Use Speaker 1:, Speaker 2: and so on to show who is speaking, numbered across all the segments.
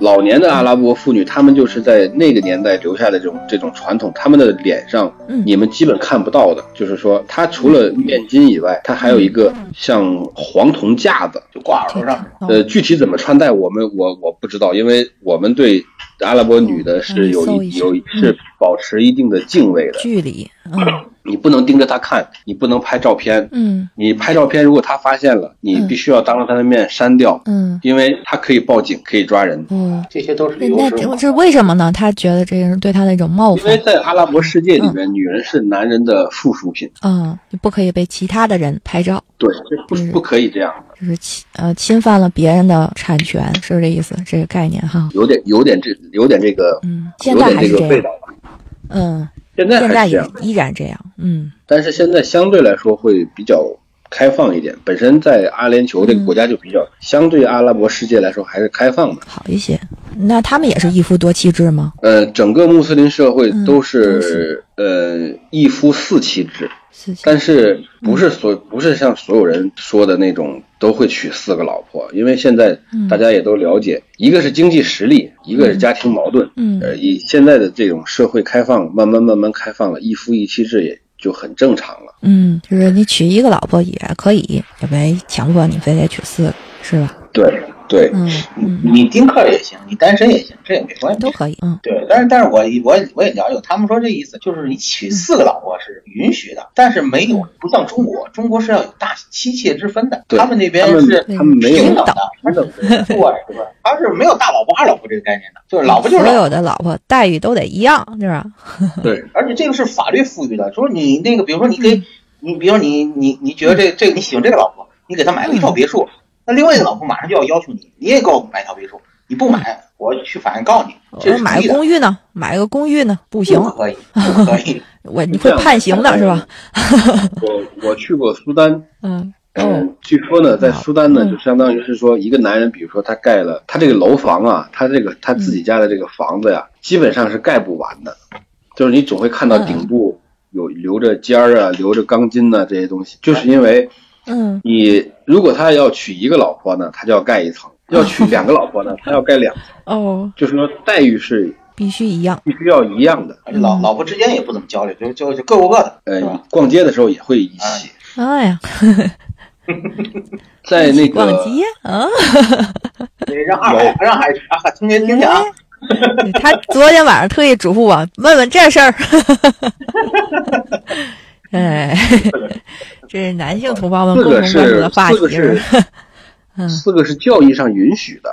Speaker 1: 老年的阿拉伯妇女，她们就是在那个年代留下的这种这种传统，她们的脸上
Speaker 2: 嗯
Speaker 1: 你们基本看不到的，就是说，她除了面巾以外，她还有一个
Speaker 3: 嗯
Speaker 1: 像黄铜架子，
Speaker 4: 就挂耳朵上。
Speaker 1: 呃，具体怎么穿戴，我们我我不知道，因为我们对阿拉伯女的是有
Speaker 3: 嗯搜一
Speaker 1: 一
Speaker 3: 下
Speaker 1: 有是保持一定的敬畏的，
Speaker 3: 距离，嗯
Speaker 1: 你不能盯着她看，你不能拍照片，
Speaker 3: 嗯
Speaker 1: 你拍照片如果她发现了，你
Speaker 3: 嗯
Speaker 1: 必须要当着她的面删掉，
Speaker 3: 嗯
Speaker 1: 因为她可以报警，可以抓人。
Speaker 3: 哦，
Speaker 4: 这些都是
Speaker 3: 那
Speaker 4: 理由
Speaker 3: 那
Speaker 4: 是
Speaker 3: 这是为什么呢？他觉得这个是对他的一种冒
Speaker 1: 因为
Speaker 3: 犯，
Speaker 1: 在阿拉伯世界里面，女人是男人的附属品，
Speaker 3: 嗯，你不可以被其他的人拍照，
Speaker 1: 对，这不不可以这样，
Speaker 3: 就是侵呃侵犯了别人的产权，是不是这意思？这个概念哈，
Speaker 1: 有点有点这有点这个，
Speaker 3: 嗯，现
Speaker 1: 有
Speaker 3: 在
Speaker 1: 点
Speaker 3: 还
Speaker 1: 这
Speaker 3: 是
Speaker 1: 个
Speaker 3: 这
Speaker 1: 味
Speaker 3: 样，
Speaker 1: 道吧。
Speaker 3: 嗯，
Speaker 1: 现在
Speaker 3: 现
Speaker 1: 还
Speaker 3: 在
Speaker 1: 是这
Speaker 3: 也
Speaker 1: 样，
Speaker 3: 依然这样，嗯
Speaker 1: 但是现在相对来说会比较开放一点。本身在阿联酋这个国家就比较，相对阿拉伯世界来说还是开放的。
Speaker 3: 好一些。那他们也是一夫多妻制吗？
Speaker 1: 呃，整个穆斯林社会
Speaker 3: 嗯
Speaker 1: 都
Speaker 3: 都
Speaker 1: 是
Speaker 3: 是、
Speaker 1: 呃一夫四妻制，
Speaker 3: 是
Speaker 1: 但是不
Speaker 3: 嗯
Speaker 1: 是所、不是像所有人说的那种都会娶四个老婆，因为现在
Speaker 3: 嗯
Speaker 1: 大家也都了解，一个是经济实力，一个是家庭矛盾。
Speaker 3: 嗯
Speaker 1: 呃，以现在的这种社会开放，慢慢慢慢开放了，一夫一妻制也就很正常了。
Speaker 3: 嗯，就是你娶一个老婆也可以，也没强迫你非得娶四个，是吧？
Speaker 1: 对对，
Speaker 3: 嗯嗯，
Speaker 4: 你丁克也行，你单身也行，这也没关系
Speaker 3: 都。可以，嗯
Speaker 4: 对，但是但是我我我也了解，他们说这意思就是你
Speaker 3: 嗯
Speaker 4: 娶四个老婆是允许的，但是没有不像中国，中国是要有大妻妾之分的，
Speaker 1: 对
Speaker 4: 他们那边
Speaker 1: 他们
Speaker 4: 是
Speaker 1: 他们没有
Speaker 3: 平
Speaker 4: 平等
Speaker 3: 等
Speaker 4: 的，平等的，对，是吧？他是没有大老婆二老婆这个概念的，就是老婆就是
Speaker 3: 所
Speaker 4: 老婆，
Speaker 3: 有的老婆待遇都得一样，是吧？
Speaker 1: 对，
Speaker 4: 而且这个是法律赋予的，就是你那个，比如说你给
Speaker 3: 嗯
Speaker 4: 你，比如说你你你觉得这这你喜欢这个老婆，你给她买了一
Speaker 3: 嗯
Speaker 4: 套别墅，那另外一个老婆马上就要要求你，你也给我买一套别墅，你不买，我去法院告你，
Speaker 3: 我
Speaker 4: 这
Speaker 3: 要
Speaker 4: 是
Speaker 3: 买
Speaker 4: 故意
Speaker 3: 个
Speaker 4: 的嗯
Speaker 3: 公寓呢，买个公寓呢，不
Speaker 4: 不
Speaker 3: 行，
Speaker 4: 可以，不可 以。
Speaker 3: 我你会判刑的是吧？？
Speaker 1: 我我去过苏丹，
Speaker 3: 嗯，哦，
Speaker 1: 嗯，据说呢，在
Speaker 3: 好
Speaker 1: 苏丹呢，
Speaker 3: 嗯
Speaker 1: 就相当于是说，一个男人，比如说他盖了他这个楼房啊，他这个他自
Speaker 3: 嗯
Speaker 1: 己家的这个房子呀，基本上是盖不完的，就是你总会看到
Speaker 3: 嗯
Speaker 1: 顶部有留着尖儿啊，留着钢筋呐、这些东西，就是因为
Speaker 3: 嗯，
Speaker 1: 你如果他要娶一个老婆呢，他就要盖一层；要娶两个老婆呢，他要盖两层，
Speaker 3: 哦，
Speaker 1: 就是说待遇是
Speaker 3: 必须一样，
Speaker 1: 必须要一样的。
Speaker 4: 而且
Speaker 3: 嗯
Speaker 4: 老老婆之间也不怎么交流，就就就各过各 的，
Speaker 1: 呃
Speaker 4: 是吧？，
Speaker 1: 逛街的时候也会一起，
Speaker 3: 哎呀，
Speaker 1: 在那
Speaker 3: 逛
Speaker 1: 个
Speaker 3: 街
Speaker 4: 嗯
Speaker 3: 啊，
Speaker 4: 得让二海让海让海同学听听
Speaker 3: 嗯
Speaker 4: 啊，
Speaker 3: 他昨天晚上特意嘱咐我问问这事儿。 哎， 这是男性同胞们
Speaker 1: 四
Speaker 3: 呃共同
Speaker 1: 个
Speaker 3: 关
Speaker 1: 是
Speaker 3: 注的话
Speaker 1: 四
Speaker 3: 题
Speaker 1: 个是
Speaker 3: 吧， 嗯哦
Speaker 1: 四个是教义上允许的，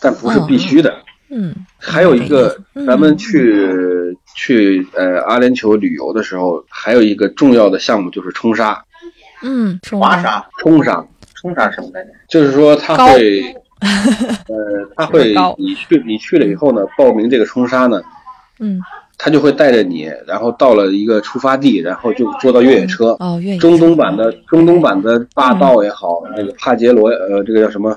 Speaker 1: 但不是必须的。
Speaker 3: 嗯
Speaker 1: 还有一个
Speaker 3: 嗯，
Speaker 1: 咱们去去呃阿联酋旅游的时候，还有一个重要的项目就是冲沙。
Speaker 3: 嗯，冲
Speaker 4: 华
Speaker 3: 浪，
Speaker 4: 沙
Speaker 1: 冲沙
Speaker 4: 冲沙什么概念？
Speaker 1: 就是说他
Speaker 3: 高
Speaker 1: 会，呃，他会
Speaker 3: 高
Speaker 1: 你去你去了以后呢，报名这个冲沙呢，
Speaker 3: 嗯，
Speaker 1: 他就会带着你，然后到了一个出发地，然后就坐到越野车。
Speaker 3: 哦，越野
Speaker 1: 中东版的中东版的霸道也好，那个帕杰罗呃，这个叫什么？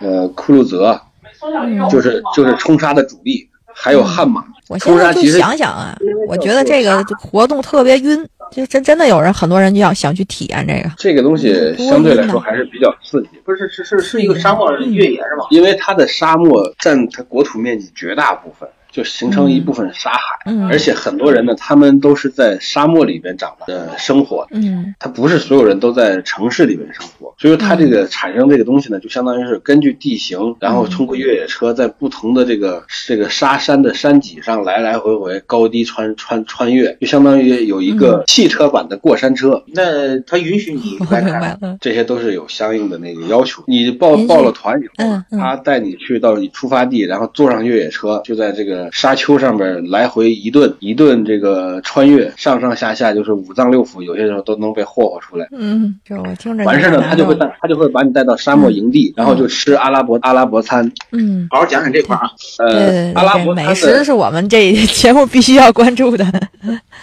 Speaker 1: 呃，库路泽
Speaker 3: 嗯
Speaker 1: 就是就是冲沙的主力，还有悍马。
Speaker 3: 我现
Speaker 1: 冲
Speaker 3: 在
Speaker 1: 沙
Speaker 3: 就
Speaker 1: 其实
Speaker 3: 想想啊，我觉得这个活动特别晕，就真真的有人很多人就要想去体验这个，
Speaker 1: 这个东西相对来说还是比较刺激，
Speaker 4: 不是是是是一个沙漠
Speaker 3: 嗯
Speaker 4: 越野是吗？
Speaker 1: 因为它的沙漠占它国土面积绝大部分，就形成一部分沙海。
Speaker 3: 嗯
Speaker 1: 而且很多人呢，他们都是在沙漠里边长的呃生活的，
Speaker 3: 嗯
Speaker 1: 他不是所有人都在城市里边生活，所以说它这
Speaker 3: 嗯
Speaker 1: 个产生这个东西呢，就相当于是根据地形，然后通过越野车在不同的这个这个沙山的山脊上来来回回高低穿穿穿越，就相当于有一
Speaker 3: 嗯
Speaker 1: 个汽车版的过山车。
Speaker 4: 那他允许你
Speaker 3: 我
Speaker 4: 来
Speaker 3: 明白
Speaker 4: 看，
Speaker 3: 了，
Speaker 1: 这些都是有相应的那个要求。你报
Speaker 3: 您是
Speaker 1: 报了团以后，
Speaker 3: 嗯嗯嗯
Speaker 1: 他带你去到你出发地，然后坐上越野车，就在这个个沙丘上面来回一顿一顿这个穿越，上上下下就是五脏六腑，有些时候都能被霍霍出来。
Speaker 3: 嗯，这我听着
Speaker 1: 完事儿呢，
Speaker 3: 难
Speaker 1: 他就会
Speaker 3: 受
Speaker 1: 带他就会把你带到沙漠营地，然后就吃阿拉伯阿拉伯餐。
Speaker 3: 嗯。
Speaker 4: 好好讲讲这块儿啊，
Speaker 3: 对
Speaker 1: 呃
Speaker 3: 对，
Speaker 1: 阿拉
Speaker 3: 对
Speaker 1: 伯餐
Speaker 3: 美
Speaker 1: 的
Speaker 3: 食是我们这一 节目必须要关注的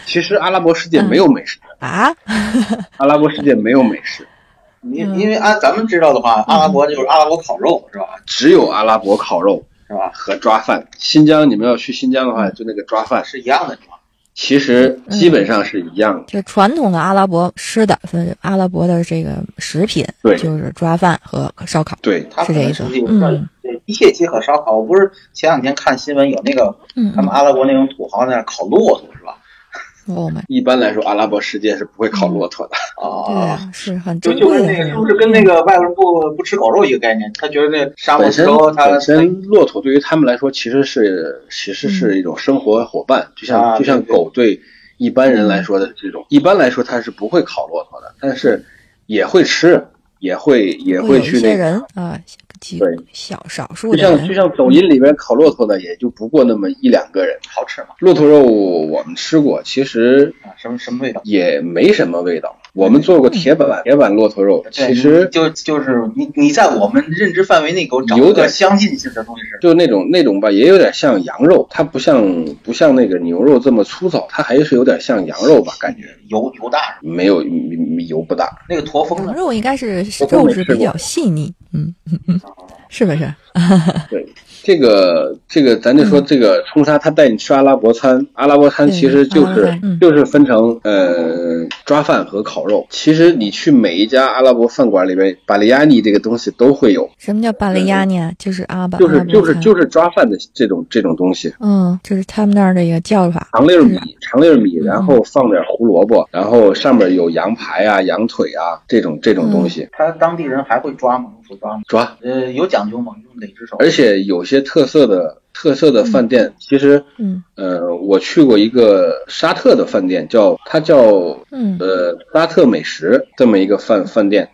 Speaker 1: 其实阿拉伯世界
Speaker 3: 嗯
Speaker 1: 没有美食，
Speaker 3: 啊！
Speaker 1: 阿拉伯世界没有美食，
Speaker 3: 嗯
Speaker 4: 因因为按咱们知道的话，阿拉伯就是阿拉伯烤肉是吧？
Speaker 1: 只有阿拉伯烤肉
Speaker 4: 是吧？
Speaker 1: 和抓饭。新疆你们要去新疆的话，就那个抓饭，
Speaker 4: 是一样的是吧？
Speaker 1: 其实
Speaker 3: 嗯
Speaker 1: 基本上是一样的。
Speaker 3: 就传统的阿拉伯吃的分阿拉伯的这个食品，
Speaker 1: 对
Speaker 3: 就是抓饭和烧烤。
Speaker 1: 对，
Speaker 4: 他可能是这
Speaker 3: 是这意思
Speaker 4: 个一切皆可烧烤。我不是前两天看新闻有那个
Speaker 3: 嗯，
Speaker 4: 他们阿拉伯那种土豪在那儿烤骆驼是吧？
Speaker 3: 哦我们
Speaker 1: 一般来说，阿拉伯世界是不会
Speaker 3: 嗯
Speaker 1: 烤骆驼的。哦
Speaker 3: 对
Speaker 4: 啊
Speaker 3: 啊，是很
Speaker 4: 就
Speaker 3: 珍
Speaker 4: 就
Speaker 3: 贵
Speaker 4: 跟
Speaker 3: 的
Speaker 4: 那
Speaker 3: 这
Speaker 4: 个是
Speaker 3: 种
Speaker 4: 不。是跟那个外国人不不吃狗肉一个概念？他觉得那沙漠
Speaker 1: 本
Speaker 4: 之
Speaker 1: 身
Speaker 4: 后他
Speaker 1: 本身骆驼对于他们来说，其实是其实
Speaker 3: 嗯
Speaker 1: 是一种生活伙伴，就像
Speaker 4: 啊
Speaker 1: 就像
Speaker 4: 对对
Speaker 1: 狗对一般人
Speaker 3: 嗯
Speaker 1: 来说的这种，一般来说它是不会烤骆驼的，但是也会吃，也会也
Speaker 3: 会有一
Speaker 1: 去
Speaker 3: 些
Speaker 1: 那个。
Speaker 3: 人啊，几
Speaker 1: 对
Speaker 3: 小少数
Speaker 1: 就
Speaker 3: 的
Speaker 1: 像就
Speaker 3: 人，
Speaker 1: 像抖音里边烤骆驼的，也就不过那么一两个人。
Speaker 4: 好吃嘛
Speaker 1: 骆驼肉我们吃过，其实
Speaker 4: 啊，什么什么味道？
Speaker 1: 也没什么味道。我们做
Speaker 3: 嗯
Speaker 1: 过铁板铁板骆驼肉，
Speaker 4: 对
Speaker 1: 其实
Speaker 4: 就就是你你在我们认知范围内给我找
Speaker 1: 有
Speaker 4: 一
Speaker 1: 点
Speaker 4: 个相近性的东西是
Speaker 1: 就那种那种吧，也有点像羊肉，它不像不像那个牛肉这么粗糙，它还是有点像羊肉吧，感觉
Speaker 4: 油油大是吧
Speaker 1: 没有嗯油不大。
Speaker 4: 那个驼峰
Speaker 3: 羊
Speaker 4: 的，
Speaker 3: 肉应该是
Speaker 1: 我都
Speaker 3: 肉
Speaker 1: 没
Speaker 3: 质
Speaker 1: 吃
Speaker 3: 比
Speaker 1: 过
Speaker 3: 较细腻， 嗯，是不是？
Speaker 1: 对，这个这个，咱就说
Speaker 3: 嗯
Speaker 1: 这个冲沙，他带你吃阿拉伯餐，阿拉伯餐
Speaker 3: 对
Speaker 1: 其实就
Speaker 3: 阿拉伯
Speaker 1: 是
Speaker 3: 餐嗯
Speaker 1: 就是分成呃抓饭和烤肉。其实你去每一家阿拉伯饭馆里边，巴利亚尼这个东西都会有，
Speaker 3: 什么叫巴利亚呢？就是阿巴，
Speaker 1: 就是
Speaker 3: 阿巴
Speaker 1: 就是
Speaker 3: 餐
Speaker 1: 就是抓饭的这种这种东西。
Speaker 3: 嗯，就是他们那儿的一个叫法，
Speaker 1: 长粒儿米，长粒儿
Speaker 3: 嗯
Speaker 1: 米，然后放点胡萝卜，然后上面有羊排啊、羊腿啊这种这种东西
Speaker 3: 嗯
Speaker 4: 他当地人还会抓吗？用手抓吗？
Speaker 1: 抓。
Speaker 4: 呃，有讲究吗？用哪只手？
Speaker 1: 而且有些特色的特色的饭店，其实，
Speaker 3: 嗯
Speaker 1: 呃，我去过一个沙特的饭店，叫它叫
Speaker 3: 嗯
Speaker 1: 呃沙特美食这么一个饭饭店，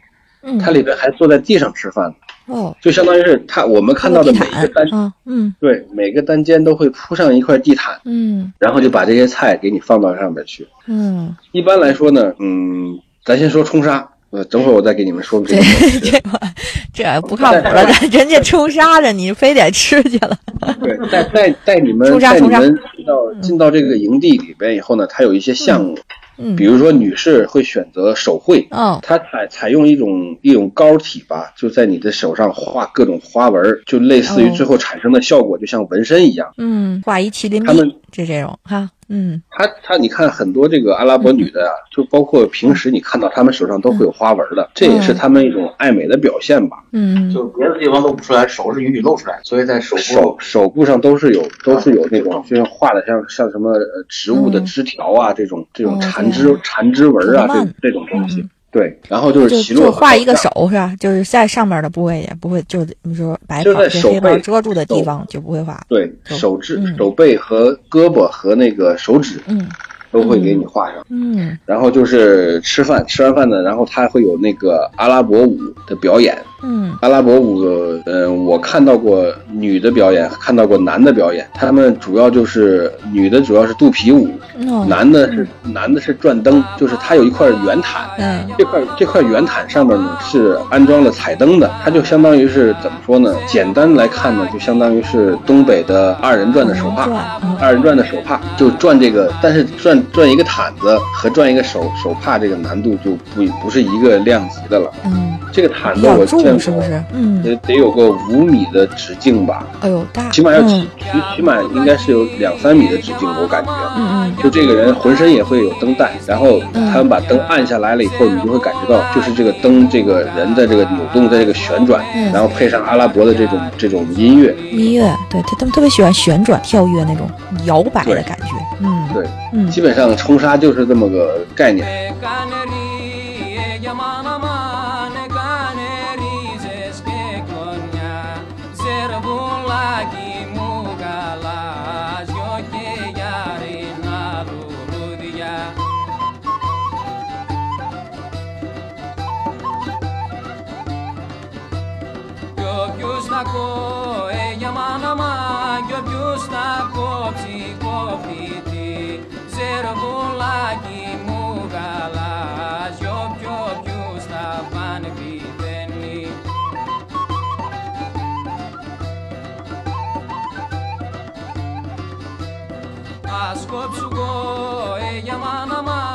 Speaker 3: 嗯，
Speaker 1: 它里边还坐在地上吃饭，
Speaker 3: 哦，
Speaker 1: 就相当于是它我们看到的每一个
Speaker 3: 地
Speaker 1: 单
Speaker 3: 毯啊，嗯
Speaker 1: 对每个单间都会铺上一块地毯，
Speaker 3: 嗯
Speaker 1: 然后就把这些菜给你放到上面去。
Speaker 3: 嗯，
Speaker 1: 一般来说呢，嗯，咱先说冲沙，呃，等会儿我再给你们说这
Speaker 3: 这
Speaker 1: 个。
Speaker 3: 这这不靠谱了， 人家冲杀着你非得吃去了，
Speaker 1: 对，带带带你们
Speaker 3: 冲沙
Speaker 1: 带你
Speaker 3: 冲沙
Speaker 1: 们进到进到这个营地里边以后呢，它有一些项目，
Speaker 3: 嗯
Speaker 1: 比，如说女士会选择手绘。
Speaker 3: 哦，
Speaker 1: 它采采用一种一种膏体吧，就在你的手上画各种花纹儿，就类似于
Speaker 3: 哦
Speaker 1: 最后产生的效果，就像纹身一样。
Speaker 3: 嗯，画一麒麟
Speaker 1: 他们
Speaker 3: 臂，这这种哈，嗯
Speaker 1: 它它你看很多这个阿拉伯女的啊，就包括平时你看到她们手上都会有花纹儿的，这也是她们一种爱美的表现吧。
Speaker 3: 嗯，
Speaker 4: 就是别的地方露不出来，手是允许露出来，所以在手
Speaker 1: 手
Speaker 4: 部
Speaker 1: 手部上都是
Speaker 3: 啊
Speaker 1: 有都是有那种，就像画的像像什么呃植物的
Speaker 3: 嗯
Speaker 1: 枝条啊，这种这种
Speaker 3: 哦
Speaker 1: 缠
Speaker 3: 对
Speaker 1: 枝缠枝纹啊，
Speaker 3: 藤蔓
Speaker 1: 这这种东西
Speaker 3: 嗯。
Speaker 1: 对，然后就是
Speaker 3: 就
Speaker 1: 骑骆驼
Speaker 3: 就画一个，手是吧？就是在上面的部位也不会，就是你说白
Speaker 1: 就
Speaker 3: 袍
Speaker 1: 是在
Speaker 3: 被
Speaker 1: 手
Speaker 3: 黑袍
Speaker 1: 背
Speaker 3: 遮住的地方就不会画。
Speaker 1: 对
Speaker 3: 手
Speaker 1: 手指
Speaker 3: 嗯、
Speaker 1: 手背和胳膊和那个手指
Speaker 3: 嗯
Speaker 1: 都会给你画上。
Speaker 3: 嗯
Speaker 1: 然后就是吃饭，吃完饭呢，然后他会有那个阿拉伯舞的表演。
Speaker 3: 嗯
Speaker 1: 阿拉伯舞，呃，我看到过女的表演，看到过男的表演。他们主要就是女的主要是肚皮舞，
Speaker 3: 哦
Speaker 1: 男的是男的是转灯，
Speaker 3: 啊
Speaker 1: 就是它有一块圆毯，
Speaker 3: 嗯
Speaker 1: 这块这块圆毯上面呢是安装了彩灯的，它就相当于是怎么说呢？简单来看呢，就相当于是东北的二人转的手帕
Speaker 3: 二人转嗯，
Speaker 1: 二人转的手帕就转这个，但是转转一个毯子和转一个手手帕这个难度就不不是一个量级的了。
Speaker 3: 嗯，
Speaker 1: 这个毯
Speaker 3: 比
Speaker 1: 子
Speaker 3: 较
Speaker 1: 我见
Speaker 3: 重
Speaker 1: 过，
Speaker 3: 是不是？嗯，
Speaker 1: 得得有个五米的直径吧，
Speaker 3: 哎呦大，
Speaker 1: 起码要起
Speaker 3: 嗯
Speaker 1: 起起码应该是有两三米的直径，我感觉。
Speaker 3: 嗯
Speaker 1: 就这个人浑身也会有灯带，然后他们把灯
Speaker 3: 嗯
Speaker 1: 按下来了以后，你就会感觉到，就是这个灯，这个人在这个扭动，在这个旋转，
Speaker 3: 嗯
Speaker 1: 然后配上阿拉伯的这种这种音乐，
Speaker 3: 嗯，音乐对他他们特别喜欢旋转跳跃那种摇摆的
Speaker 1: 对
Speaker 3: 感觉。嗯
Speaker 1: 对，
Speaker 3: 嗯
Speaker 1: 基本上冲沙就是这么个概念。
Speaker 5: Gökyüzüne koy, yaman aman gökyüzüne koy Pasco, Psugo, Yamanama.